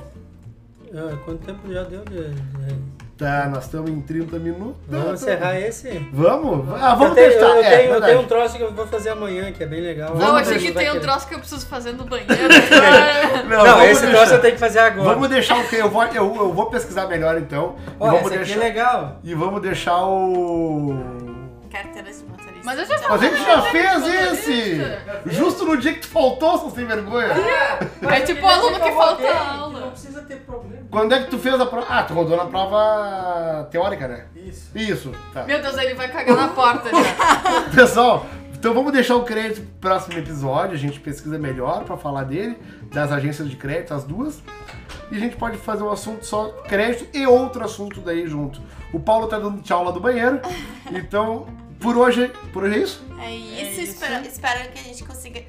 C: ah, quanto tempo já deu de. de-
A: Tá, nós estamos em 30 minutos.
C: Vamos encerrar esse?
A: Vamos? Ah, vamos
C: eu tenho,
A: testar.
C: Eu,
A: é,
C: tenho, eu
A: verdade.
C: tenho um troço que eu vou fazer amanhã, que é bem legal.
A: Vamos
B: Não,
A: ver
B: achei
A: se
B: que tem um
C: Vai
B: troço que eu preciso fazer no
A: [LAUGHS]
B: banheiro. Ah,
A: [LAUGHS] Não,
B: agora.
C: querer. Não,
A: vamos
C: esse
A: deixar.
C: troço eu tenho que fazer agora.
A: Vamos deixar o quê? Eu vou, eu, eu vou pesquisar melhor então. e,
C: Olha,
A: vamos
C: esse aqui é
A: deixar,
C: legal.
A: e vamos deixar o.
D: Carteira de motorista.
B: Mas eu já
A: A
B: falei.
A: gente já
B: né,
A: fez
B: motorista.
A: esse! Justo no dia que tu faltou, seu sem vergonha!
B: É tipo o aluno que falta a aula.
C: precisa ter problema.
A: Quando é que tu fez a prova? Ah, tu rodou na prova teórica, né?
C: Isso.
A: Isso, tá.
B: Meu Deus, ele vai cagar na porta [LAUGHS] já.
A: [LAUGHS] Pessoal, então vamos deixar o crédito pro próximo episódio, a gente pesquisa melhor pra falar dele, das agências de crédito, as duas. E a gente pode fazer um assunto só crédito e outro assunto daí junto. O Paulo tá dando tchau lá do banheiro, então por hoje, por hoje é isso?
D: É isso,
B: É
D: Espero, espero que a gente consiga,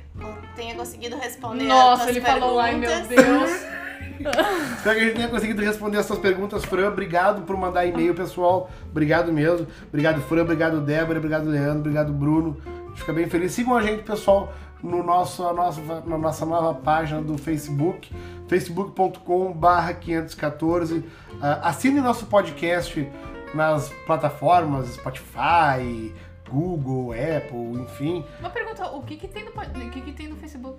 D: tenha conseguido responder as
B: Nossa,
D: tuas
B: ele falou, ai meu
D: perguntas.
B: Deus.
A: Espero que a gente tenha conseguido responder essas perguntas, Fran. Obrigado por mandar e-mail, pessoal. Obrigado mesmo. Obrigado, Fran. Obrigado, Débora. Obrigado, Leandro. Obrigado, Bruno. A gente fica bem feliz. Sigam a gente, pessoal, no nosso, a nossa, na nossa nova página do Facebook, facebook.com.br 514. Ah, assine nosso podcast nas plataformas Spotify, Google, Apple, enfim.
B: [LAUGHS] Uma pergunta, o que que tem no, pod- o que que tem no Facebook?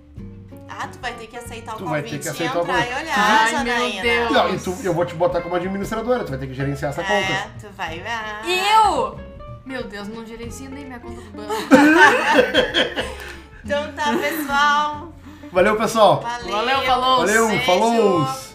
D: Ah, tu vai ter que aceitar o
A: Tu vai
D: convite
A: ter que
D: e
A: aceitar o
D: entrar
A: convite.
D: e olhar,
B: Ai, meu
D: Janaína.
B: Deus.
A: Não, e tu- eu vou te botar como administradora, tu vai ter que gerenciar essa conta.
D: É, tu vai
B: Ah.
D: ver.
B: Eu! Meu Deus, não gerencio nem minha conta do banco.
D: [LAUGHS] Então tá, pessoal.
A: Valeu, pessoal.
D: Valeu.
B: Valeu, falou.
A: Valeu,
D: beijo.
A: falou!